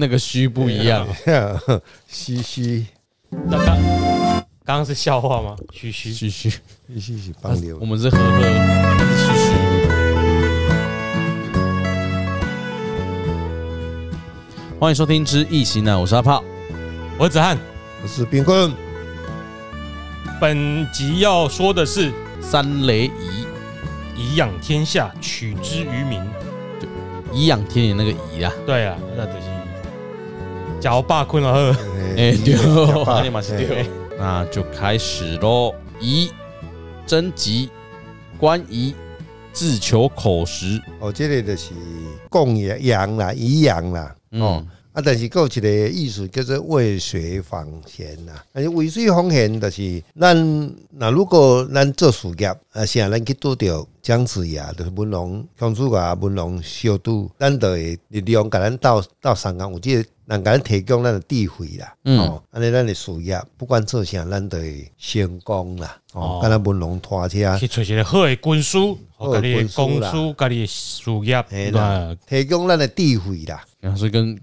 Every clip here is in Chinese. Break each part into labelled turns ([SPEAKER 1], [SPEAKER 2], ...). [SPEAKER 1] 那个虚不一样。
[SPEAKER 2] 啊嘻嘻
[SPEAKER 3] 那刚刚刚是笑话吗？嘘嘘，
[SPEAKER 1] 嘘嘘，
[SPEAKER 2] 嘻嘻嘻，放牛
[SPEAKER 1] 我。们是和乐，是嘘嘘。欢迎收听《之异形男》，我是阿炮。
[SPEAKER 3] 我是子翰。
[SPEAKER 1] 啊
[SPEAKER 2] 我是冰棍，
[SPEAKER 3] 本集要说的是
[SPEAKER 1] 三雷颐，
[SPEAKER 3] 颐养天下，取之于民。
[SPEAKER 1] 颐养天年那个颐啊，
[SPEAKER 3] 对啊，那就是嚼霸困 了呵。
[SPEAKER 1] 哎对哦
[SPEAKER 2] 阿
[SPEAKER 1] 你嘛是对
[SPEAKER 2] 哎
[SPEAKER 3] 对，
[SPEAKER 1] 那就开始喽。颐，征集关颐，自求口实。
[SPEAKER 2] 哦，这个就是供养啦，颐养啦，
[SPEAKER 1] 哦
[SPEAKER 2] 哦，啊，但是还有一个艺术叫做渭水访贤啦。啊，渭水访贤就是咱，那如果咱做事业，啊，是啊，咱去拄着姜子牙，就是文龙、姜子牙、文龙小拄，咱就会利用甲咱斗斗相共，有即、个人甲咱提供咱的智慧啦。
[SPEAKER 1] 嗯
[SPEAKER 2] 哦，安尼咱的事业不管做啥，咱就会成功啦。
[SPEAKER 3] 哦
[SPEAKER 2] 哦，敢若文龙拖车。
[SPEAKER 3] 去找一个好的军师，和家己
[SPEAKER 2] 好
[SPEAKER 3] 的
[SPEAKER 2] 的
[SPEAKER 3] 公
[SPEAKER 2] 军师啦
[SPEAKER 3] 司、家己的事业，
[SPEAKER 2] 嘿啦
[SPEAKER 3] 对，啊
[SPEAKER 2] 提供咱的智慧啦。
[SPEAKER 1] 然后是跟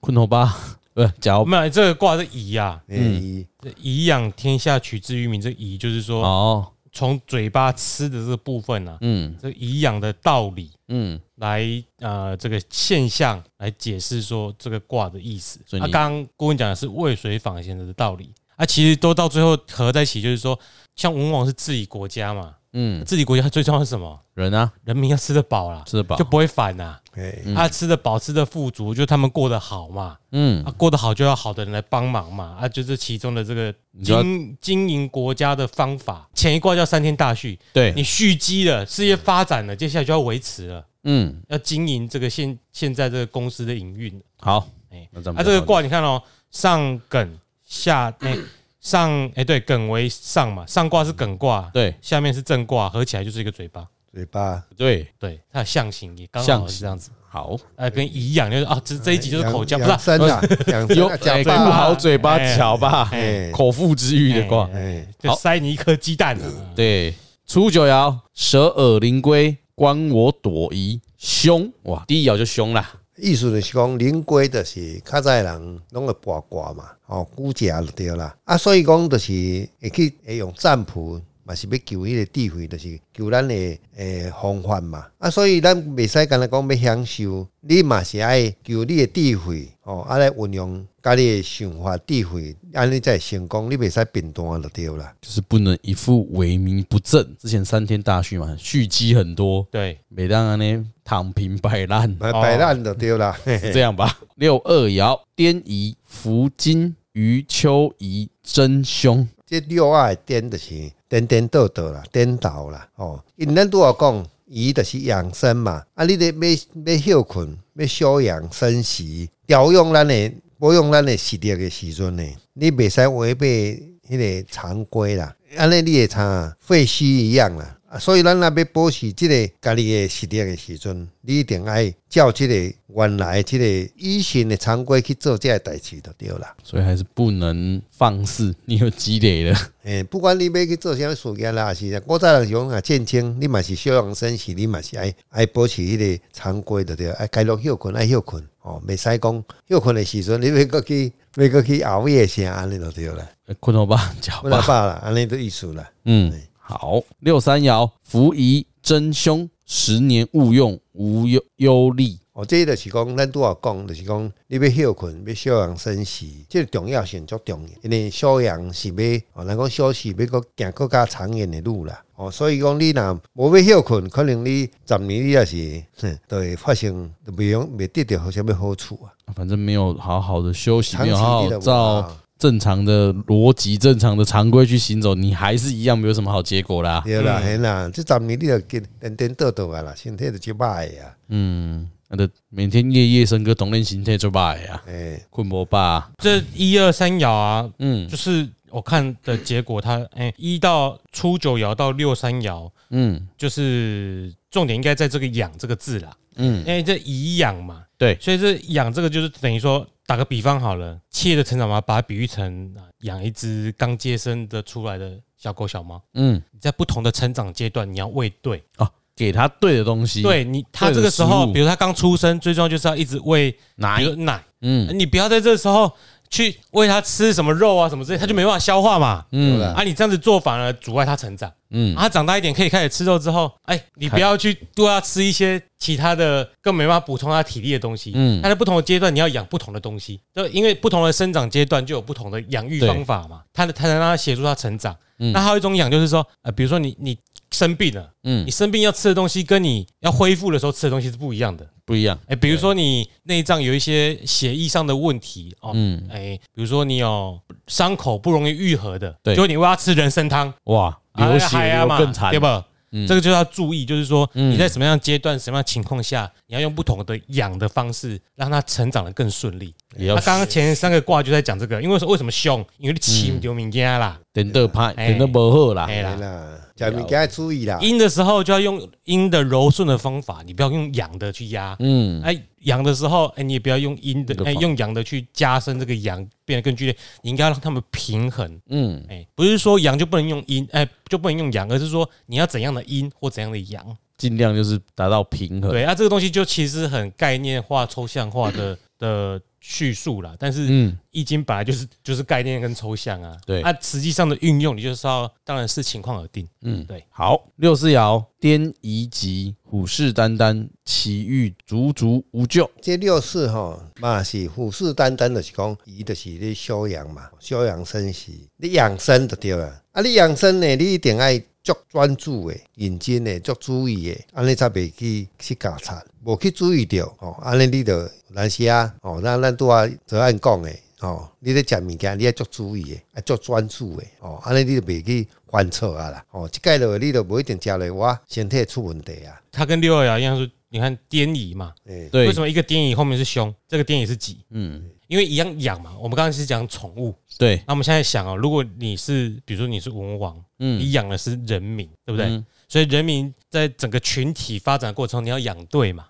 [SPEAKER 1] 困头 巴，不是
[SPEAKER 3] 我
[SPEAKER 1] 脚
[SPEAKER 3] 们这个卦是颐啊，
[SPEAKER 2] 嗯，
[SPEAKER 3] 这颐养天下，取之于民。这颐就是说，
[SPEAKER 1] 哦，
[SPEAKER 3] 从嘴巴吃的这部分啊，
[SPEAKER 1] 嗯
[SPEAKER 3] 这颐养的道理
[SPEAKER 1] 嗯，
[SPEAKER 3] 来呃这个现象来解释说这个卦的意思。
[SPEAKER 1] 所以
[SPEAKER 3] 他
[SPEAKER 1] 你
[SPEAKER 3] 刚刚顾问讲的是渭水访贤的道理啊，其实都到最后合在一起，就是说，像文王是治理国家嘛，
[SPEAKER 1] 嗯，
[SPEAKER 3] 治理国家最重要是什么？
[SPEAKER 1] 人啊，
[SPEAKER 3] 人民要吃得饱啦，
[SPEAKER 1] 吃得饱
[SPEAKER 3] 就，不会反啦、
[SPEAKER 2] 哎，
[SPEAKER 3] 啊，吃得饱，吃得富足，就他们过得好嘛。
[SPEAKER 1] 嗯
[SPEAKER 3] 啊，，过得好就要好的人来帮忙嘛。啊，就是其中的这个
[SPEAKER 1] 就要
[SPEAKER 3] 经经营国家的方法。前一卦叫三天大蓄，你
[SPEAKER 1] 对，
[SPEAKER 3] 蓄积了，事业发展了，接下来就要维持了，
[SPEAKER 1] 嗯，
[SPEAKER 3] 要经营这个现现在这个公司的营运。
[SPEAKER 1] 好，
[SPEAKER 3] 哎
[SPEAKER 1] 那咱们
[SPEAKER 3] 啊，这个卦你看哦，上艮下哎上哎对，艮为上嘛，上卦是艮卦，，
[SPEAKER 1] 对
[SPEAKER 3] 下面是正卦，合起来就是一个嘴巴。
[SPEAKER 2] 嘴巴
[SPEAKER 1] 对，
[SPEAKER 3] 对，它的象形也刚好
[SPEAKER 1] 象
[SPEAKER 3] 是这样子，
[SPEAKER 1] 好，
[SPEAKER 3] 呃，跟颐养就是啊，这这一集就是口交，不是啊
[SPEAKER 2] 养生啊，养 生
[SPEAKER 1] 有
[SPEAKER 2] 啊，
[SPEAKER 1] 哎
[SPEAKER 2] 讲
[SPEAKER 1] 顾
[SPEAKER 2] 吧
[SPEAKER 1] 好嘴巴，
[SPEAKER 3] 哎
[SPEAKER 1] 巧吧，
[SPEAKER 2] 哎
[SPEAKER 1] 口腹之欲的卦，
[SPEAKER 2] 哎，
[SPEAKER 3] 就
[SPEAKER 1] 好
[SPEAKER 3] 塞你一颗鸡蛋啊。
[SPEAKER 1] 对，初九爻，舍尔灵龟，观我朵颐，凶，哇，第一爻就凶啦，
[SPEAKER 2] 意思就是讲，灵龟就是较早的人拢会八卦嘛，哦，估计就对啦。啊，所以讲就是会去会用占卜，嘛是要求迄个智慧，就是求咱的诶方法嘛。啊，所以咱袂使干那讲要享受，你嘛是爱求你的智慧，哦，啊来运用家己的想法、智慧，安尼才会成功。你袂使平淡就对啦。
[SPEAKER 1] 就是不能一副为民不正，之前三天大蓄嘛，蓄积很多，
[SPEAKER 3] 对，
[SPEAKER 1] 每当安尼躺平摆烂，哦
[SPEAKER 2] 摆摆烂就对啦，嘿
[SPEAKER 1] 是这样吧？
[SPEAKER 2] 哎
[SPEAKER 1] 六二爻，颠颐，伏金，于丘颐，真凶，
[SPEAKER 2] 这六啊的颠就是颠颠倒倒啦，颠倒啦，哦，因为咱拄少讲，伊就是养生嘛，啊，你咧要要休困，要休养生息，调养咱的保养咱的实力的时阵呢，你袂使违背迄个常规啦，安尼你会差废墟一样啦。啊所以咱若要保持即个家己的实力的时阵，你一定爱照即个原来即个以前的常规去做即个代志就对啦。
[SPEAKER 1] 所以还是不能放肆，你有积累了，
[SPEAKER 2] 诶、不管你要去做啥物事业啦，还是古早人是讲啊，健康，你嘛是休养生息，你嘛是爱爱保持迄个常规着对了，爱该落休困爱休困，哦，袂使讲休困的时阵，你要搁去要搁去熬夜啥安尼就对啦，
[SPEAKER 1] 呃 困头吧，脚
[SPEAKER 2] 不然
[SPEAKER 1] 吧，
[SPEAKER 2] 罢啦，安尼都意思啦。
[SPEAKER 1] 嗯，好。六三爻，伏颐，真凶，十年勿用，无忧忧虑。
[SPEAKER 2] 哦，这就是讲，咱拄少讲，就是讲，你要休困，要休养生息，这个重要性足重要，因为休养是要，哦，咱讲休息要搁行更加长远的路啦。哦，所以讲你若无要休困，可能你十年你也是，哼，都会发生，都袂用袂得到什么好处啊。
[SPEAKER 1] 反正没有好好的休息，没
[SPEAKER 2] 长期
[SPEAKER 1] 有好
[SPEAKER 2] 你
[SPEAKER 1] 好
[SPEAKER 2] 的
[SPEAKER 1] 照正常的逻辑、正常的常规去行走，你还是一样没有什么好结果啦。
[SPEAKER 2] 对啦，嘿啦，这十年你就颠颠倒倒啊啦，身体就就歹的啊，
[SPEAKER 1] 嗯，那的每天夜夜笙歌，同恋心态做吧呀，
[SPEAKER 2] 诶、
[SPEAKER 1] 困不吧？
[SPEAKER 3] 这一二三爻啊，
[SPEAKER 1] 嗯
[SPEAKER 3] 就是我看的结果，它哎一到初九爻到六三爻，
[SPEAKER 1] 嗯
[SPEAKER 3] 就是重点应该在这个“养”这个字啦，
[SPEAKER 1] 嗯
[SPEAKER 3] 因，为这颐养嘛，
[SPEAKER 1] 对
[SPEAKER 3] 所以这“养”这个就是等于说，打个比方好了，企业的成长嘛，把它比喻成啊养一只刚接生的出来的小狗小猫，
[SPEAKER 1] 嗯
[SPEAKER 3] 你在不同的成长阶段，你要喂对
[SPEAKER 1] 哦，给他对的东西，，
[SPEAKER 3] 对你，他这个时
[SPEAKER 1] 对的
[SPEAKER 3] 候
[SPEAKER 1] 食，物
[SPEAKER 3] 比如他刚出生，最重要就是要一直喂
[SPEAKER 1] 奶
[SPEAKER 3] 比，如奶，
[SPEAKER 1] 嗯
[SPEAKER 3] 你不要在这时候去喂他吃什么肉啊什么之类，他就没办法消化嘛。
[SPEAKER 2] 对
[SPEAKER 1] 嗯
[SPEAKER 2] 啦
[SPEAKER 3] 啊，你这样子做反而阻碍他成长。
[SPEAKER 1] 嗯，
[SPEAKER 3] 他长大一点可以开始吃肉之后，哎，你不要去对他吃一些其他的更没办法补充他体力的东西。
[SPEAKER 1] 嗯
[SPEAKER 3] 嗯，他在不同的阶段你要养不同的东西，对，因为不同的生长阶段就有不同的养育
[SPEAKER 1] 对
[SPEAKER 3] 方法嘛，他的才能让他协助他成长。
[SPEAKER 1] 嗯
[SPEAKER 3] 那还有一种养就是说，呃，比如说你你生病了，
[SPEAKER 1] 嗯
[SPEAKER 3] 你，生病要吃的东西跟你要恢复的时候吃的东西是不一样的。
[SPEAKER 1] 不一样，
[SPEAKER 3] 哎，比如说你内脏有一些血液上的问题哦，
[SPEAKER 1] 嗯，
[SPEAKER 3] 哎，比如说你有伤口不容易愈合的，
[SPEAKER 1] 对
[SPEAKER 3] 就你喂他吃人参汤，
[SPEAKER 1] 哇，
[SPEAKER 3] 啊
[SPEAKER 1] 流
[SPEAKER 3] 还
[SPEAKER 1] 血
[SPEAKER 3] 啊
[SPEAKER 1] 流
[SPEAKER 3] 嘛
[SPEAKER 1] 更惨
[SPEAKER 3] 对，吧？
[SPEAKER 1] 嗯
[SPEAKER 3] 这个就要注意，就是说
[SPEAKER 1] 嗯
[SPEAKER 3] 你在什么样的阶段、什么样的情况下，你要用不同的养的方式，让它成长的更顺利。
[SPEAKER 1] 也
[SPEAKER 3] 他
[SPEAKER 1] 要
[SPEAKER 3] 啊刚刚前三个卦就在讲这个，因为说为什么凶，因为你气丢名家啦，
[SPEAKER 1] 等得拍，
[SPEAKER 3] 哎
[SPEAKER 1] 等得不好啦，
[SPEAKER 3] 哎
[SPEAKER 2] 对
[SPEAKER 3] 啦，
[SPEAKER 2] 啦，食物件要注意啦。
[SPEAKER 3] 阴的时候就要用阴的柔顺的方法，你不要用阳的去压。
[SPEAKER 1] 嗯，
[SPEAKER 3] 哎，阳的时候，哎，你也不要用阴的
[SPEAKER 1] 这，个
[SPEAKER 3] 哎，
[SPEAKER 1] 方
[SPEAKER 3] 用阳的去加深这个阳变得更剧烈，你应该让他们平衡。
[SPEAKER 1] 嗯，
[SPEAKER 3] 哎，不是说阳就不能用阴，哎，就不能用阳，而是说你要怎样的阴或怎样的阳。
[SPEAKER 1] 尽量就是达到平衡，
[SPEAKER 3] 对啊，这个东西就其实很概念化、抽象化 的的叙述啦。但是《
[SPEAKER 1] 嗯，
[SPEAKER 3] 易经》本来就是就是概念跟抽象啊，
[SPEAKER 1] 对
[SPEAKER 3] 啊，实际上的运用你就是要，当然是情况而定。
[SPEAKER 1] 嗯，
[SPEAKER 3] 对，
[SPEAKER 1] 好，六四爻：颠夷吉，虎视眈眈，其欲足足无咎。
[SPEAKER 2] 这六四吼嘛是虎视眈眈，就是讲伊就是咧修养嘛，修养生息，你养生就对了。啊，你养生呢，你一定爱足专注的、认真的、足注意的，安尼才袂去去搞差，无去注意到哦，安尼你就有难些啊哦，咱咱拄啊昨暗讲的。哦，你咧食物件，你要足注意的，啊足专注的，哦，安尼你就袂去犯错啊啦，哦，即届落你就无一定食落我身体出问题啊，
[SPEAKER 3] 它跟六二爻一样是，你看颠夷嘛，
[SPEAKER 2] 诶、
[SPEAKER 1] 对
[SPEAKER 3] 为，什么一个颠夷后面是凶，这个颠夷是吉？
[SPEAKER 1] 嗯，
[SPEAKER 3] 因为一样养嘛。我们刚刚是讲宠物，
[SPEAKER 1] 对，
[SPEAKER 3] 那我们现在想哦，如果你是比如说你是文王，
[SPEAKER 1] 嗯，
[SPEAKER 3] 你养的是人民，对不对？
[SPEAKER 1] 嗯
[SPEAKER 3] 所以人民在整个群体发展的过程中，你要养对嘛，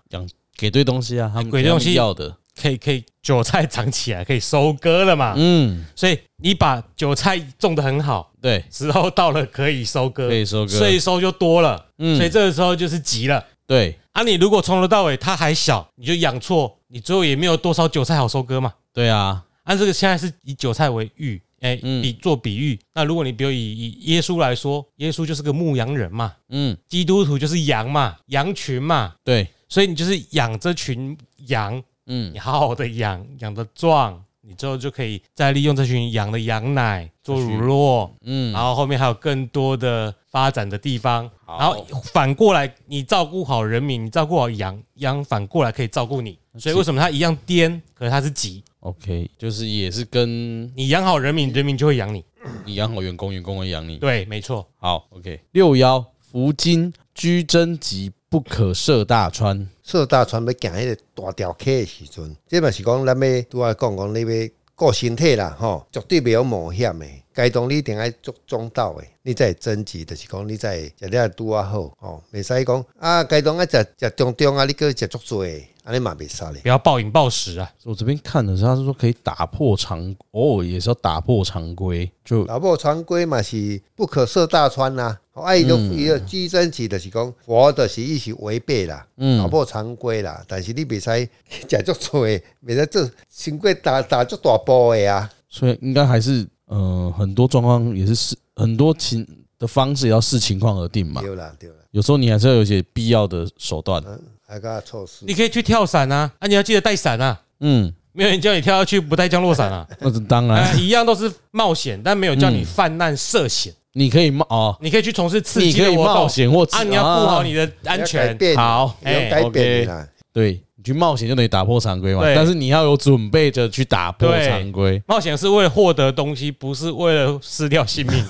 [SPEAKER 1] 给对东西啊，他们
[SPEAKER 3] 哎给对东西
[SPEAKER 1] 他们要的，
[SPEAKER 3] 可以可以韭菜长起来，可以收割了嘛。
[SPEAKER 1] 嗯，
[SPEAKER 3] 所以你把韭菜种得很好，
[SPEAKER 1] 对，
[SPEAKER 3] 时候到了可以收割
[SPEAKER 1] 可，以收割，
[SPEAKER 3] 税收就多了，
[SPEAKER 1] 嗯
[SPEAKER 3] 所以这个时候就是急了。
[SPEAKER 1] 对
[SPEAKER 3] 啊，你如果从头到尾它还小，你就养错，你最后也没有多少韭菜好收割嘛。
[SPEAKER 1] 对啊，
[SPEAKER 3] 按、这个现在是以韭菜为喻，哎、
[SPEAKER 1] 嗯
[SPEAKER 3] 比做比喻。那如果你比如以以耶稣来说，耶稣就是个牧羊人嘛，
[SPEAKER 1] 嗯，
[SPEAKER 3] 基督徒就是羊嘛，羊群嘛，
[SPEAKER 1] 对，
[SPEAKER 3] 所以你就是养这群羊，
[SPEAKER 1] 嗯
[SPEAKER 3] 你，好好的养，养的壮，你之后就可以再利用这群羊的羊奶做乳酪，然
[SPEAKER 1] 嗯，
[SPEAKER 3] 后后面还有更多的发展的地方。
[SPEAKER 1] 好
[SPEAKER 3] 然后反过来，你照顾好人民，你照顾好羊，羊反过来可以照顾你。所以为什么它一样颠，可是它是急？
[SPEAKER 1] ，OK，就是也是跟
[SPEAKER 3] 你养好人民，人民就会养你。
[SPEAKER 1] 你养好员工，员工会养你。
[SPEAKER 3] 对，没错。
[SPEAKER 1] 好，OK，六爻：福金，居贞吉，不可涉大川。
[SPEAKER 2] 说大船要行迄个大条溪的时阵，这嘛是讲咱要拄仔讲讲你要顾身体啦，吼，绝对袂晓冒险的。该当你一定爱足中道的，你才会增值，就是讲你才会食了拄仔好，吼、袂使讲啊，该当爱食食中中啊，你搁食足多的，安尼嘛袂使咧。
[SPEAKER 3] 不要暴饮暴食啊！
[SPEAKER 1] 我这边看的是，他是说可以打破常，偶尔也是要打破常规，就
[SPEAKER 2] 老婆船规嘛是不可涉大川呐、啊，哦，啊伊都伊个居贞是就是讲佛就是伊是违背啦，
[SPEAKER 1] 嗯
[SPEAKER 2] 老婆常规啦，但是你袂使食足多的，袂使做先过打打足大步的啊。
[SPEAKER 1] 所以应该还是呃很多状况也是视很多情的方式也要视情况而定嘛。
[SPEAKER 2] 对啦，对啦，
[SPEAKER 1] 有时候你还是要有一些必要的手段。
[SPEAKER 2] 还个措施
[SPEAKER 3] 你。可以去跳伞啊，啊，你要记得带伞啊。
[SPEAKER 1] 嗯，
[SPEAKER 3] 没有人叫你跳下去不带降落 伞啊，
[SPEAKER 1] 那是当
[SPEAKER 3] 啊，
[SPEAKER 1] 然，
[SPEAKER 3] 一样都是冒险，但没有叫你
[SPEAKER 1] 嗯
[SPEAKER 3] 犯难涉险。
[SPEAKER 1] 你可以冒哦，
[SPEAKER 3] 你可以去从事刺
[SPEAKER 1] 你
[SPEAKER 3] 激
[SPEAKER 1] 可
[SPEAKER 3] 的
[SPEAKER 1] 以
[SPEAKER 3] 活动
[SPEAKER 1] 冒险或
[SPEAKER 3] 啊，你要顾好你
[SPEAKER 1] 啊
[SPEAKER 3] 的安
[SPEAKER 2] 你要改
[SPEAKER 3] 全。
[SPEAKER 2] 变
[SPEAKER 3] 好，
[SPEAKER 2] 你要
[SPEAKER 3] 哎，
[SPEAKER 2] 改变的啦。
[SPEAKER 1] 对你去冒险就等于打破常规嘛，
[SPEAKER 3] 对
[SPEAKER 1] 但是你要有准备着去打破
[SPEAKER 3] 对
[SPEAKER 1] 常规。
[SPEAKER 3] 冒险是为了获得东西，不是为了失掉性命。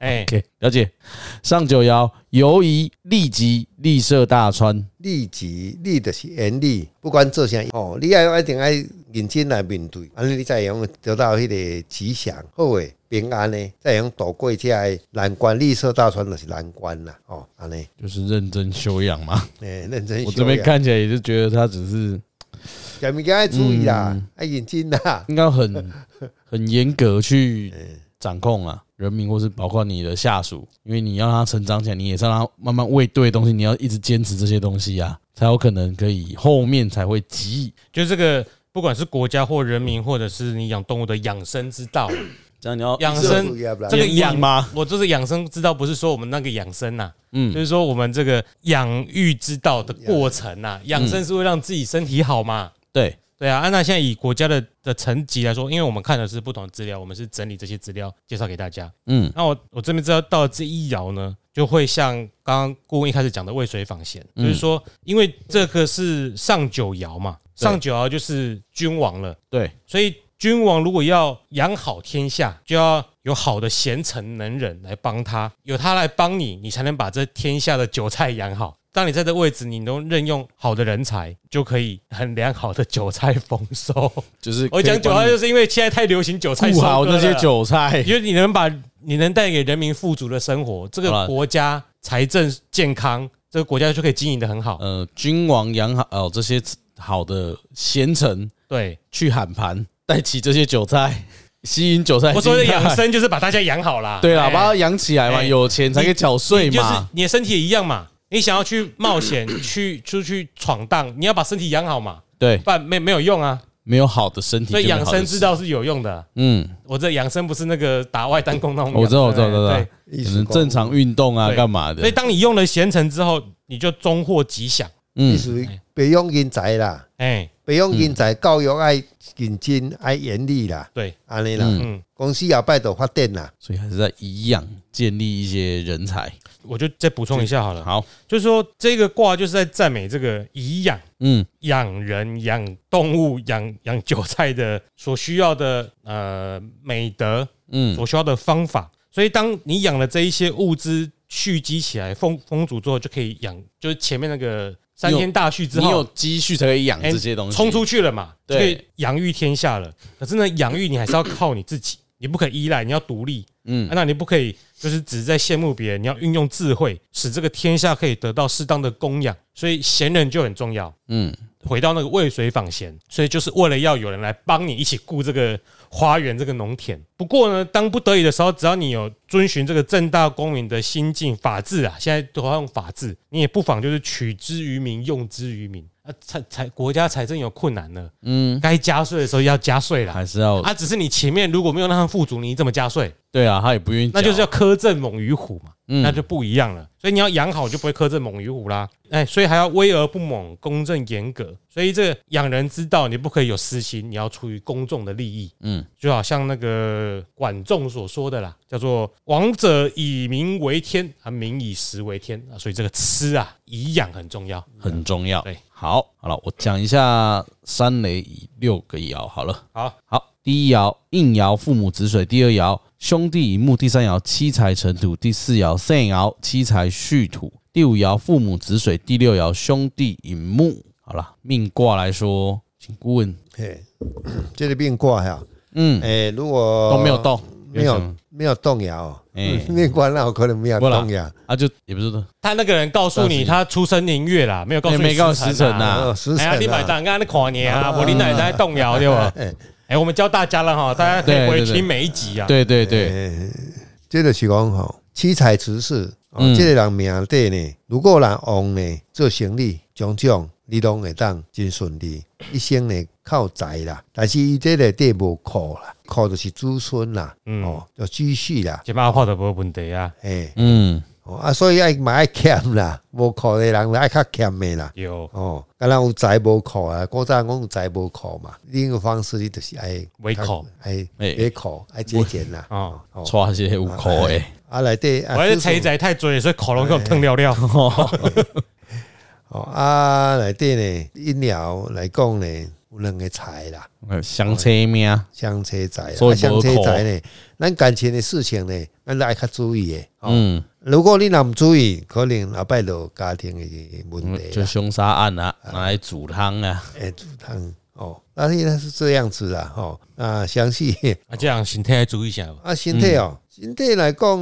[SPEAKER 3] 哎，
[SPEAKER 1] OK，了解。上九爻，犹疑利吉，利涉大川。
[SPEAKER 2] 利己利就是严厉，不管做啥哦，你要一定爱认真来面对，安尼你才会用得到迄个吉祥，好诶，平安呢，才会用度过这个难关。绿色大船就是难关啦，哦，安尼，
[SPEAKER 1] 就是认真修养 嘛，
[SPEAKER 2] 诶、认真
[SPEAKER 1] 我这边看起来也是觉得他只是
[SPEAKER 2] 小物件爱注意 啦，爱、认真啦，
[SPEAKER 1] 应该很很严格去掌控啊，人民，或是包括你的下属，因为你要让他成长起来，你也是让他慢慢喂对的东西，你要一直坚持这些东西啊，才有可能可以后面才会急。
[SPEAKER 3] 就这个，不管是国家或人民，或者是你养动物的养生之道，
[SPEAKER 1] 这样你要
[SPEAKER 3] 养
[SPEAKER 2] 这个
[SPEAKER 3] 生
[SPEAKER 2] 不一样啦
[SPEAKER 3] 这个
[SPEAKER 1] 严厉
[SPEAKER 3] 养
[SPEAKER 1] 吗？
[SPEAKER 3] 我这是养生之道，不是说我们那个养生呐、就
[SPEAKER 1] 嗯，
[SPEAKER 3] 是说我们这个养育之道的过程呐、养生是为了让自己身体好嘛。
[SPEAKER 1] 对，
[SPEAKER 3] 对啊，啊那现在以国家的的层级来说，因为我们看的是不同的资料，我们是整理这些资料介绍给大家。
[SPEAKER 1] 嗯
[SPEAKER 3] 那我我这边知道到了这一爻呢，就会像刚刚顾问一开始讲的渭水访贤，就
[SPEAKER 1] 嗯
[SPEAKER 3] 是说，因为这个是上九爻嘛，
[SPEAKER 1] 对
[SPEAKER 3] 上九爻就是君王了，
[SPEAKER 1] 对，
[SPEAKER 3] 所以君王如果要养好天下，就要有好的贤臣能人来帮他，有他来帮你，你才能把这天下的韭菜养好。当你在这位置，你能任用好的人才，就可以很良好的韭菜丰收。
[SPEAKER 1] 就是
[SPEAKER 3] 我讲韭菜，就是因为现在太流行韭菜收
[SPEAKER 1] 顾
[SPEAKER 3] 割
[SPEAKER 1] 好那些
[SPEAKER 3] 了
[SPEAKER 1] 韭菜。
[SPEAKER 3] 因为你能把你能带给人民富足的生活，这
[SPEAKER 1] 好
[SPEAKER 3] 个
[SPEAKER 1] 啦
[SPEAKER 3] 国家财政健康，这个国家就可以经营的很好。
[SPEAKER 1] 呃，君王养好哦，这些好的贤臣
[SPEAKER 3] 对，
[SPEAKER 1] 去喊盘，带起这些韭菜， 吸引韭菜进来。
[SPEAKER 3] 我说的养生就是把大家养好啦。
[SPEAKER 1] 哎对啦，
[SPEAKER 3] 哎
[SPEAKER 1] 把它养起来嘛，
[SPEAKER 3] 哎
[SPEAKER 1] 有钱才可以缴税
[SPEAKER 3] 就是
[SPEAKER 1] 嘛。
[SPEAKER 3] 你的身体也一样嘛。你想要去 冒险，去出去闯荡，你要把身体养好嘛，
[SPEAKER 1] 对，
[SPEAKER 3] 不然没没有用啊。
[SPEAKER 1] 没有好的身体，
[SPEAKER 3] 所以养生之
[SPEAKER 1] 知，
[SPEAKER 3] 道是有用的。
[SPEAKER 1] 嗯，
[SPEAKER 3] 我这养生不是那个打外单工那种养生，
[SPEAKER 1] 我知道我知道
[SPEAKER 3] 哎
[SPEAKER 1] 我知道
[SPEAKER 3] 对
[SPEAKER 2] 意
[SPEAKER 1] 可
[SPEAKER 2] 思
[SPEAKER 1] 能
[SPEAKER 2] 讲
[SPEAKER 1] 正常运动啊，
[SPEAKER 3] 对
[SPEAKER 1] 干嘛的
[SPEAKER 3] 所以？当你用了贤臣之后，你就终获吉祥。
[SPEAKER 1] 嗯
[SPEAKER 2] 意，思培养人才啦，
[SPEAKER 3] 哎，
[SPEAKER 2] 培养人才教育爱认真爱严厉啦，
[SPEAKER 3] 对，
[SPEAKER 2] 安尼啦，
[SPEAKER 1] 嗯
[SPEAKER 3] 嗯，
[SPEAKER 2] 公司也拜托发展啦，
[SPEAKER 1] 所以还是在颐养建立一些人才。
[SPEAKER 3] 我就再补充一下好了。
[SPEAKER 1] 好，
[SPEAKER 3] 就是说这个卦就是在赞美这个以养
[SPEAKER 1] 嗯，
[SPEAKER 3] 养人、养动物、养养韭菜的所需要的呃美德，
[SPEAKER 1] 嗯
[SPEAKER 3] 所需要的方法。所以，当你养了这一些物资蓄积起来，丰丰足之后，就可以养，就是前面那个三天大蓄之
[SPEAKER 1] 你有
[SPEAKER 3] 后，
[SPEAKER 1] 积蓄才可以养
[SPEAKER 3] 哎
[SPEAKER 1] 这些东西，
[SPEAKER 3] 冲出去了嘛，就
[SPEAKER 1] 对
[SPEAKER 3] 可以养育天下了。可是呢，养育你还是要靠你自己，你不可以依赖，你要独立。啊
[SPEAKER 1] 嗯
[SPEAKER 3] 那你不可以就是只在羡慕别人，你要运用智慧，使这个天下可以得到适当的供养。所以贤人就很重要。
[SPEAKER 1] 嗯，
[SPEAKER 3] 回到那个渭水访贤，所以就是为了要有人来帮你一起顾这个花园、这个农田。不过呢，当不得已的时候，只要你有遵循这个正大光明的心境、法治啊，现在都要用法治，你也不妨就是取之于民，用之于民。啊，财财国家财政有困难了，嗯，该加税的时候要加税啦。
[SPEAKER 1] 还是要
[SPEAKER 3] 啊，只是你前面如果没有让他富足，你怎么加税？
[SPEAKER 1] 对啊，他也不愿意缴，
[SPEAKER 3] 那就是要苛政猛于虎嘛，
[SPEAKER 1] 嗯
[SPEAKER 3] 那就不一样了。所以你要养好，就不会苛政猛于虎啦。哎，所以还要威而不猛，公正严格。所以这个养人之道，你不可以有私心，你要出于公众的利益。
[SPEAKER 1] 嗯，
[SPEAKER 3] 就好像那个管仲所说的啦，叫做“王者以民为天，啊，民以食为天”啊。所以这个吃啊，以养很重要。
[SPEAKER 1] 很重要。
[SPEAKER 3] 对，
[SPEAKER 1] 好，好了，我讲一下三雷以六个爻好了。
[SPEAKER 3] 好，
[SPEAKER 1] 好，第一爻应爻父母子水，第二爻兄弟以木，第三爻七财成土，第四爻肾爻七财戌土，第五爻父母子水，第六爻兄弟引木。好了，命卦来说，请顾问，
[SPEAKER 2] 嘿， 这个变卦哈，
[SPEAKER 1] 嗯，
[SPEAKER 2] 诶，如果
[SPEAKER 1] 都没有，动，
[SPEAKER 2] 没
[SPEAKER 1] 什么
[SPEAKER 2] 有没有动摇，
[SPEAKER 1] 哎
[SPEAKER 2] 面关那有可能没有
[SPEAKER 1] 不啦
[SPEAKER 2] 动摇，
[SPEAKER 1] 啊，就也不是的，
[SPEAKER 3] 他那个人告诉
[SPEAKER 1] 但
[SPEAKER 3] 你
[SPEAKER 1] 是
[SPEAKER 3] 他出生年月啦，没有告诉
[SPEAKER 1] 哎
[SPEAKER 3] 你
[SPEAKER 1] 没告诉
[SPEAKER 3] 时
[SPEAKER 1] 时辰
[SPEAKER 3] 啊
[SPEAKER 1] 啊
[SPEAKER 2] 啊，时
[SPEAKER 3] 哎呀，你
[SPEAKER 2] 辰
[SPEAKER 3] 买
[SPEAKER 2] 啊，
[SPEAKER 3] 单，刚刚那跨年啊，我领导也在动摇对吧？
[SPEAKER 2] 哎
[SPEAKER 3] 哎、我们教大家了哈，大家可以
[SPEAKER 1] 对
[SPEAKER 3] 回
[SPEAKER 1] 对对
[SPEAKER 3] 听每一集啊。
[SPEAKER 1] 对对对，
[SPEAKER 2] 诶，这就是讲吼，七彩之事，哦
[SPEAKER 1] 嗯，
[SPEAKER 2] 这个人命底呢，如果人旺呢，做生意种种，你拢会当真顺利，一生呢靠财啦，但是伊这个底无靠啦，靠就是子孙啦，
[SPEAKER 3] 嗯
[SPEAKER 2] 哦，要积蓄啦，
[SPEAKER 3] 这把话都无问题啊，
[SPEAKER 2] 诶，
[SPEAKER 1] 嗯，
[SPEAKER 2] 哦啊，所以爱嘛爱欠啦，无靠的人爱较欠的啦。
[SPEAKER 3] 有
[SPEAKER 2] 哦，敢若有财无靠啊，古早讲有财无靠嘛，另一个方式你就是爱
[SPEAKER 3] 为靠，
[SPEAKER 2] 爱
[SPEAKER 1] 哎
[SPEAKER 2] 为靠，爱节俭啦。
[SPEAKER 3] 哦。
[SPEAKER 2] 哦
[SPEAKER 1] 抓这些五口 诶，
[SPEAKER 2] 啊，内底啊，
[SPEAKER 3] 我这
[SPEAKER 2] 子孙
[SPEAKER 3] 车仔太追，所以恐龙给我吞了了。
[SPEAKER 2] 哦啊，内底呢，医疗来讲呢，有两个财啦，
[SPEAKER 1] 相车命，啊
[SPEAKER 2] 相车财啦，
[SPEAKER 1] 所
[SPEAKER 2] 啊
[SPEAKER 1] 以
[SPEAKER 2] 相
[SPEAKER 1] 无
[SPEAKER 2] 车
[SPEAKER 1] 靠
[SPEAKER 2] 财呢，咱感情的事情呢，咱来较注意的。哦，
[SPEAKER 1] 嗯，
[SPEAKER 2] 如果你若毋注意，可能后摆就有家庭的问题
[SPEAKER 1] 嗯就
[SPEAKER 2] 啦，
[SPEAKER 1] 凶杀案啊，拿来煮汤啊，
[SPEAKER 2] 会煮汤哦。那现在是这样子啦，吼、哦，啊，详细
[SPEAKER 3] 啊，这样身体要注意一下吧。
[SPEAKER 2] 啊，身体哦，身体来讲，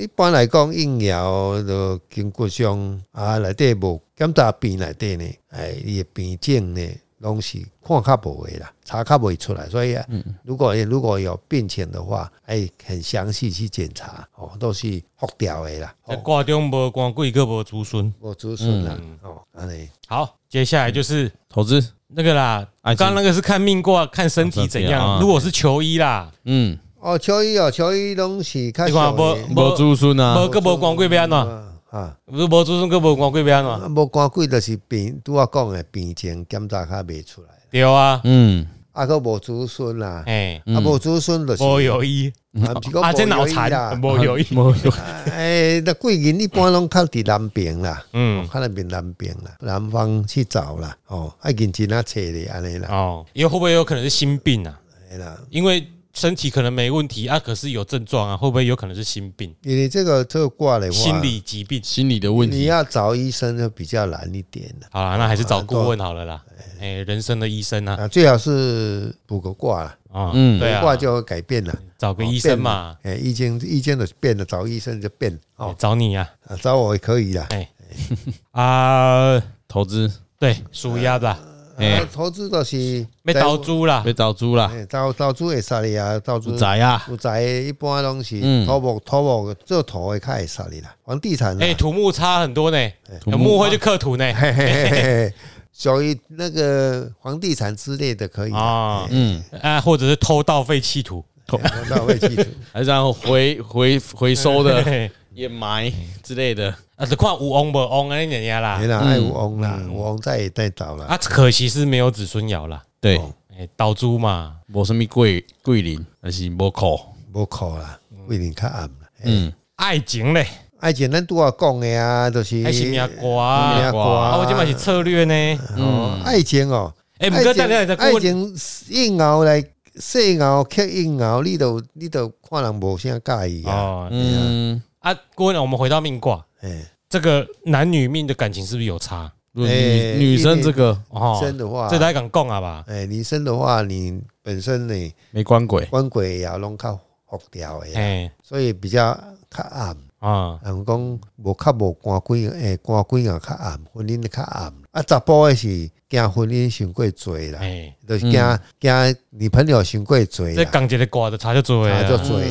[SPEAKER 2] 一般来讲，应疗就经过上啊，内底无检查病内底呢，哎，伊的病症呢，拢是看较无诶啦，查较袂出来，所以啊，如果如果有病情的话，哎，很详细去检查哦，都是复调诶啦，
[SPEAKER 3] 在
[SPEAKER 2] 哦，
[SPEAKER 3] 挂中无光贵个无子孙。
[SPEAKER 2] 无止损啦，
[SPEAKER 3] 嗯
[SPEAKER 2] 哦，安尼
[SPEAKER 3] 好，接下来就是
[SPEAKER 1] 投资，
[SPEAKER 3] 那个啦，
[SPEAKER 1] 爱
[SPEAKER 3] 刚
[SPEAKER 1] 情
[SPEAKER 3] 刚那个是看命卦，看身体怎
[SPEAKER 1] 啊
[SPEAKER 3] 样。如果是求医啦，
[SPEAKER 1] 嗯，
[SPEAKER 2] 哦，秋衣哦，秋衣拢是较
[SPEAKER 3] 你看
[SPEAKER 2] 上
[SPEAKER 3] 无
[SPEAKER 2] 的
[SPEAKER 1] 无
[SPEAKER 3] 无
[SPEAKER 1] 子孙啊
[SPEAKER 3] 哦无，个无光贵要安怎？
[SPEAKER 2] 哦啊，
[SPEAKER 3] 不是无子孙个无光贵要安怎？
[SPEAKER 2] 啊无光贵就是病，拄我讲诶病情检查较袂出来，
[SPEAKER 3] 对啊，
[SPEAKER 1] 嗯，
[SPEAKER 2] 啊个无止损啦，
[SPEAKER 3] 哎，
[SPEAKER 2] 啊无止损就是，
[SPEAKER 3] 无有医
[SPEAKER 2] 啊不是讲
[SPEAKER 3] 啊，这脑
[SPEAKER 2] 啦
[SPEAKER 3] 残，无有医，
[SPEAKER 1] 无有，
[SPEAKER 2] 哎，那贵人一般拢靠伫南边啦，
[SPEAKER 3] 嗯，
[SPEAKER 2] 靠那边南边啦，南方去找啦，哦，爱认真啊找咧安尼啦，
[SPEAKER 3] 哦，又会不会有可能是心病啊？
[SPEAKER 2] 哎啦，
[SPEAKER 3] 因为身体可能没问题啊，可是有症状啊，会不会有可能是心病、
[SPEAKER 2] 因为这个这个卦的话，
[SPEAKER 3] 心理疾病？
[SPEAKER 1] 心理的问
[SPEAKER 2] 你
[SPEAKER 1] 题，
[SPEAKER 2] 要找医生就比较难一点了
[SPEAKER 3] 好啦，那还是找顾问好了啦。哎，人生的医生啊，
[SPEAKER 2] 啊，最好是补个卦啦，
[SPEAKER 3] 啊，
[SPEAKER 1] 嗯
[SPEAKER 3] 对
[SPEAKER 2] 卜
[SPEAKER 3] 啊，
[SPEAKER 2] 卦就会改变了，
[SPEAKER 3] 找个
[SPEAKER 2] 哦
[SPEAKER 3] 医生嘛，，
[SPEAKER 2] 变了哎，意见意见就变了，找医生就变
[SPEAKER 3] 哎
[SPEAKER 2] 哦，
[SPEAKER 3] 找你啊，
[SPEAKER 2] 啊找我也可以啦，
[SPEAKER 3] 啊，
[SPEAKER 1] 投资
[SPEAKER 3] 对，属鸭的啦，
[SPEAKER 1] 哎
[SPEAKER 2] 啊，投资就是
[SPEAKER 3] 被倒猪啦，
[SPEAKER 1] 被找猪
[SPEAKER 3] 啊
[SPEAKER 1] 啦，
[SPEAKER 2] 哎，投投资会杀你啊，投
[SPEAKER 1] 住
[SPEAKER 2] 资。
[SPEAKER 1] 宅啊，
[SPEAKER 2] 有宅的一般拢是
[SPEAKER 1] 嗯
[SPEAKER 2] 土木、土木做土的较会杀你啦，房地产啦
[SPEAKER 3] 哎，土木差很多呢，
[SPEAKER 1] 土
[SPEAKER 3] 有
[SPEAKER 1] 木
[SPEAKER 3] 木会去克土呢，
[SPEAKER 2] 嘿嘿嘿嘿，属于那个房地产之类的可以啊，
[SPEAKER 3] 啊
[SPEAKER 1] 嗯，
[SPEAKER 3] 啊，或者是偷盗废弃土，
[SPEAKER 2] 那会 记住。
[SPEAKER 1] 还是让回回回收
[SPEAKER 3] 嘿
[SPEAKER 1] 的
[SPEAKER 3] 嘿
[SPEAKER 1] 掩埋之类的，
[SPEAKER 3] 啊，就看有翁无翁啊，人家啦
[SPEAKER 2] 没，啦，爱有翁啦，有翁再也再找啦。
[SPEAKER 3] 嗯啊，可惜是没有子孙爻啦，
[SPEAKER 1] 对，
[SPEAKER 3] 哎，倒猪嘛，
[SPEAKER 1] 无哦什么桂桂林，还是无靠，
[SPEAKER 2] 无靠啦，为你较暗啦。嗯，
[SPEAKER 1] 嗯，
[SPEAKER 3] 爱情嘞，
[SPEAKER 2] 爱情咱拄啊讲的啊，就是
[SPEAKER 3] 还是命瓜
[SPEAKER 2] 命
[SPEAKER 3] 啊，
[SPEAKER 2] 歌
[SPEAKER 3] 啊，我这嘛是策略呢，
[SPEAKER 2] 哦，爱情哦，
[SPEAKER 3] 嗯哎，不过等下再
[SPEAKER 2] 爱
[SPEAKER 3] 顾问，
[SPEAKER 2] 情硬熬来，细熬刻硬熬，你都你都看人无啥介意啊。
[SPEAKER 3] 哦，
[SPEAKER 1] 嗯，
[SPEAKER 3] 啊，顾问，我们回到命卦，
[SPEAKER 2] 哎，
[SPEAKER 3] 这个男女命的感情是不是有差？
[SPEAKER 1] 女
[SPEAKER 2] 哎
[SPEAKER 1] 女生这个
[SPEAKER 3] 哦，
[SPEAKER 2] 生的话
[SPEAKER 3] 这，大家敢讲啊吧？
[SPEAKER 2] 哎，女生的话，你本身呢，
[SPEAKER 1] 没关鬼，
[SPEAKER 2] 官鬼也拢较复调的啦，
[SPEAKER 3] 哎
[SPEAKER 2] 所以比较较暗。
[SPEAKER 3] 啊，
[SPEAKER 2] 人讲无较无官鬼，诶，官鬼也较暗，婚姻较暗。啊，查甫诶是惊婚姻伤过多啦，
[SPEAKER 3] 哎，
[SPEAKER 2] 就是惊惊女朋友伤过多
[SPEAKER 3] 这
[SPEAKER 2] 啦，
[SPEAKER 3] 港姐的瓜的差就多
[SPEAKER 2] 啊，就
[SPEAKER 3] 了，
[SPEAKER 2] 多啦。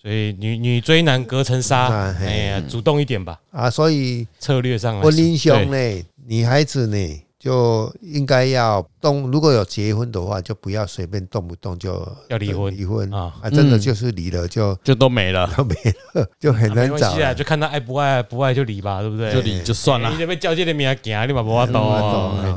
[SPEAKER 3] 所以女女追男隔层纱
[SPEAKER 2] 啊，嘿哦
[SPEAKER 3] 哎呀，主动一点吧，
[SPEAKER 2] 啊，所以
[SPEAKER 3] 策略上来说
[SPEAKER 2] 婚姻上呢，女孩子呢就应该要动，如果有结婚的话，就不要随便动不动就
[SPEAKER 3] 要离婚
[SPEAKER 2] 离婚
[SPEAKER 3] 啊
[SPEAKER 2] 啊，真的
[SPEAKER 1] 嗯
[SPEAKER 2] 就是离了就
[SPEAKER 1] 就都没了，
[SPEAKER 2] 就没了，就很
[SPEAKER 3] 啊没
[SPEAKER 2] 难
[SPEAKER 3] 关
[SPEAKER 2] 找
[SPEAKER 3] 系啊，
[SPEAKER 2] 了。
[SPEAKER 3] 就看他爱不爱，不爱就离吧，对不对？
[SPEAKER 1] 就离就算
[SPEAKER 3] 你
[SPEAKER 2] 哎
[SPEAKER 1] 了，
[SPEAKER 3] 这边叫这个名行，你嘛无法懂
[SPEAKER 2] 懂了。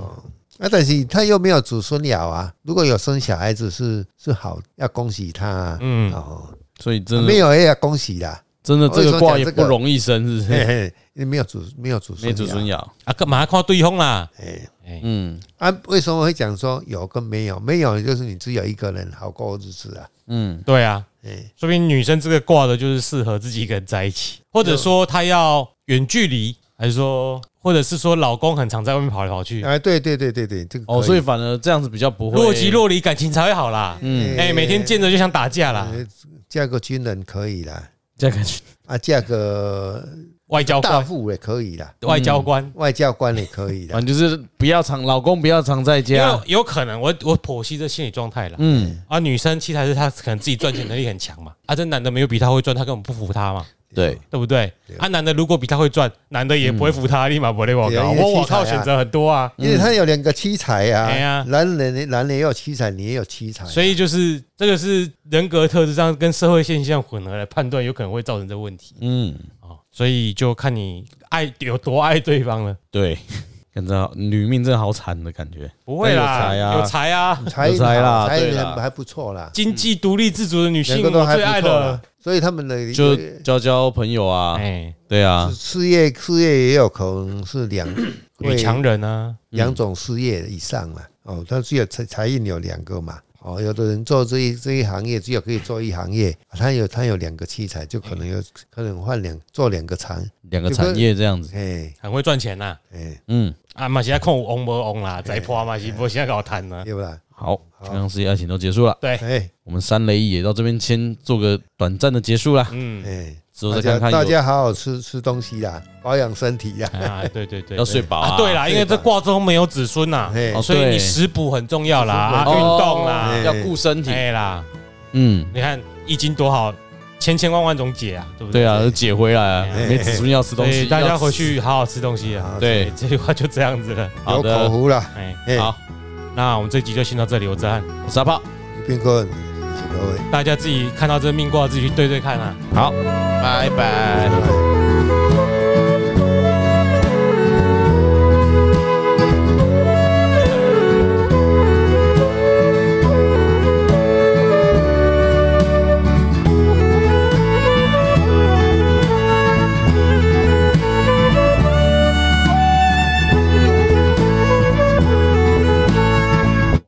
[SPEAKER 2] 啊，但是他又没有子孙了啊！如果有生小孩子是是好，要恭喜他、啊。
[SPEAKER 3] 嗯
[SPEAKER 2] 哦，
[SPEAKER 1] 所以真
[SPEAKER 2] 没
[SPEAKER 1] 的
[SPEAKER 2] 有也要恭喜 啦。
[SPEAKER 1] 真的这个
[SPEAKER 2] 我
[SPEAKER 1] 卦
[SPEAKER 2] 跟你
[SPEAKER 1] 也
[SPEAKER 2] 说讲这
[SPEAKER 1] 不
[SPEAKER 2] 个
[SPEAKER 1] 容易生，是不
[SPEAKER 2] 嘿
[SPEAKER 1] 是？
[SPEAKER 2] 嘿，因为没有子没有子孙，
[SPEAKER 1] 没子孙。爻，
[SPEAKER 3] 啊，干嘛看对方啦？
[SPEAKER 2] 哎，
[SPEAKER 3] 哎，
[SPEAKER 1] 嗯
[SPEAKER 2] 啊，为什么会讲说有跟没有？没有就是你只有一个人好过日子啊。
[SPEAKER 1] 嗯，
[SPEAKER 3] 对啊，
[SPEAKER 2] 哎，
[SPEAKER 3] 说明女生这个挂的就是适合自己一个人在一起，或者说她要远距离，还是说，或者是说老公很常在外面跑来跑去，
[SPEAKER 2] 啊，对对对对对，这个
[SPEAKER 1] 哦，
[SPEAKER 2] 可
[SPEAKER 1] 所以反而这样子比较不会
[SPEAKER 3] 若即若离，感情才会好啦。
[SPEAKER 1] 嗯，
[SPEAKER 3] 哎，每天啊见着就想打架啦，
[SPEAKER 2] 呃嫁个军人可以啦，
[SPEAKER 1] 这样感觉
[SPEAKER 2] 啊，嫁个
[SPEAKER 3] 外交
[SPEAKER 2] 大
[SPEAKER 3] 官，
[SPEAKER 2] 副也可以啦，
[SPEAKER 3] 外交
[SPEAKER 1] 嗯
[SPEAKER 3] 官，
[SPEAKER 2] 外交官也可以
[SPEAKER 3] 嗯
[SPEAKER 2] 啦
[SPEAKER 1] 反。正就是不要常老公不要常在
[SPEAKER 3] 因
[SPEAKER 1] 家
[SPEAKER 3] 为，有可能我我剖析这心理状态啦。
[SPEAKER 1] 嗯，
[SPEAKER 3] 啊，女生其实还是她可能自己赚钱能力很强嘛，啊，这男的没有比她会赚，她根本不服她嘛，
[SPEAKER 1] 对，
[SPEAKER 3] 对不对
[SPEAKER 2] 对？
[SPEAKER 3] 啊，男的如果比她会赚，男的也不
[SPEAKER 1] 嗯
[SPEAKER 3] 会服她，立马不会我
[SPEAKER 2] 对啊
[SPEAKER 3] 靠，
[SPEAKER 2] 因为
[SPEAKER 3] 我我
[SPEAKER 2] 器材啊
[SPEAKER 3] 靠选择很多啊，
[SPEAKER 2] 因为他有两个七彩啊，
[SPEAKER 3] 哎呀
[SPEAKER 2] 男人男人也有七彩，你也有七彩啊、
[SPEAKER 3] 所以就是这个是人格特质上跟社会现象混合来判断，有可能会造成这问题
[SPEAKER 1] 嗯，
[SPEAKER 3] 啊，所以就看你爱有多爱对方了。
[SPEAKER 1] 对， 感觉好女命真的好惨的感觉，
[SPEAKER 3] 不会啦，
[SPEAKER 1] 那有才啊
[SPEAKER 3] 有才啊，
[SPEAKER 2] 才
[SPEAKER 1] 有才啦
[SPEAKER 2] 才
[SPEAKER 1] 对
[SPEAKER 2] 人
[SPEAKER 1] 啦
[SPEAKER 2] 还不错啦，
[SPEAKER 3] 经济独立自主的女
[SPEAKER 2] 两
[SPEAKER 3] 性，
[SPEAKER 2] 个都
[SPEAKER 3] 我
[SPEAKER 2] 还
[SPEAKER 3] 最爱
[SPEAKER 2] 不错
[SPEAKER 3] 了
[SPEAKER 2] 啦。。所以他们的
[SPEAKER 1] 就交交朋友啊，
[SPEAKER 3] 哎，
[SPEAKER 1] 对啊，
[SPEAKER 2] 事业事业也有可能是 两
[SPEAKER 3] 女强
[SPEAKER 2] 会
[SPEAKER 3] 人啊，
[SPEAKER 1] 嗯
[SPEAKER 2] 两种事业以上啦。哦，他只有财财运有两个嘛。哦，有的人做这一这一行业，只有可以做一行业，他有他有两个器材，就可能
[SPEAKER 1] 哎
[SPEAKER 2] 有可能换两做两个厂。
[SPEAKER 1] 两个产业这样子，
[SPEAKER 2] 哎
[SPEAKER 3] 很会赚钱呐。
[SPEAKER 2] 哎，
[SPEAKER 1] 嗯，
[SPEAKER 3] 啊，嘛是在控翁无翁啦，在破嘛是无现在搞谈呢。
[SPEAKER 2] 对吧？
[SPEAKER 1] 好，刚刚事业爱情都结束了，
[SPEAKER 3] 对，
[SPEAKER 2] 哎
[SPEAKER 1] 我们三雷也到这边先做个短暂的结束啦。
[SPEAKER 3] 嗯，
[SPEAKER 2] 哎，
[SPEAKER 1] 之后
[SPEAKER 2] 大
[SPEAKER 1] 再
[SPEAKER 2] 家
[SPEAKER 1] 看看
[SPEAKER 2] 大
[SPEAKER 1] 有
[SPEAKER 2] 家好好吃吃东西啦，保养身体啦。
[SPEAKER 3] 啊，对对对，
[SPEAKER 1] 要睡饱
[SPEAKER 3] 啊，对啦，因为
[SPEAKER 2] 睡
[SPEAKER 3] 这
[SPEAKER 2] 饱
[SPEAKER 3] 挂钟没有子孙呐，
[SPEAKER 2] 嘿
[SPEAKER 1] 哦
[SPEAKER 3] 所以
[SPEAKER 1] 对
[SPEAKER 3] 你食补很重要啦，啊
[SPEAKER 2] 食
[SPEAKER 1] 哦
[SPEAKER 2] 补
[SPEAKER 3] 运动啦，
[SPEAKER 2] 哎
[SPEAKER 1] 要顾身体。
[SPEAKER 3] 哎啦，
[SPEAKER 1] 嗯，
[SPEAKER 3] 你看易经多好，千千万万种解啊，对不
[SPEAKER 1] 对
[SPEAKER 3] 对？
[SPEAKER 1] 啊，解回来啊，
[SPEAKER 3] 哎
[SPEAKER 1] 没子孙要吃
[SPEAKER 3] 所
[SPEAKER 1] 东
[SPEAKER 3] 以
[SPEAKER 1] 西，
[SPEAKER 3] 大
[SPEAKER 1] 要
[SPEAKER 3] 家
[SPEAKER 1] 吃
[SPEAKER 3] 回去好好吃东西啊。
[SPEAKER 2] 好
[SPEAKER 1] 对，
[SPEAKER 3] 这句话就这样子了。
[SPEAKER 1] 好
[SPEAKER 2] 有口
[SPEAKER 1] 的，
[SPEAKER 2] 福啦。
[SPEAKER 3] 哎，
[SPEAKER 2] 嘿，
[SPEAKER 1] 好，
[SPEAKER 3] 那我们这集就先到这里，我是汉，
[SPEAKER 1] 我是阿炮，
[SPEAKER 2] 斌哥，你是哪位？
[SPEAKER 3] 大家自己看到这命卦自己去对对看啊。
[SPEAKER 1] 好，拜拜。
[SPEAKER 2] 拜拜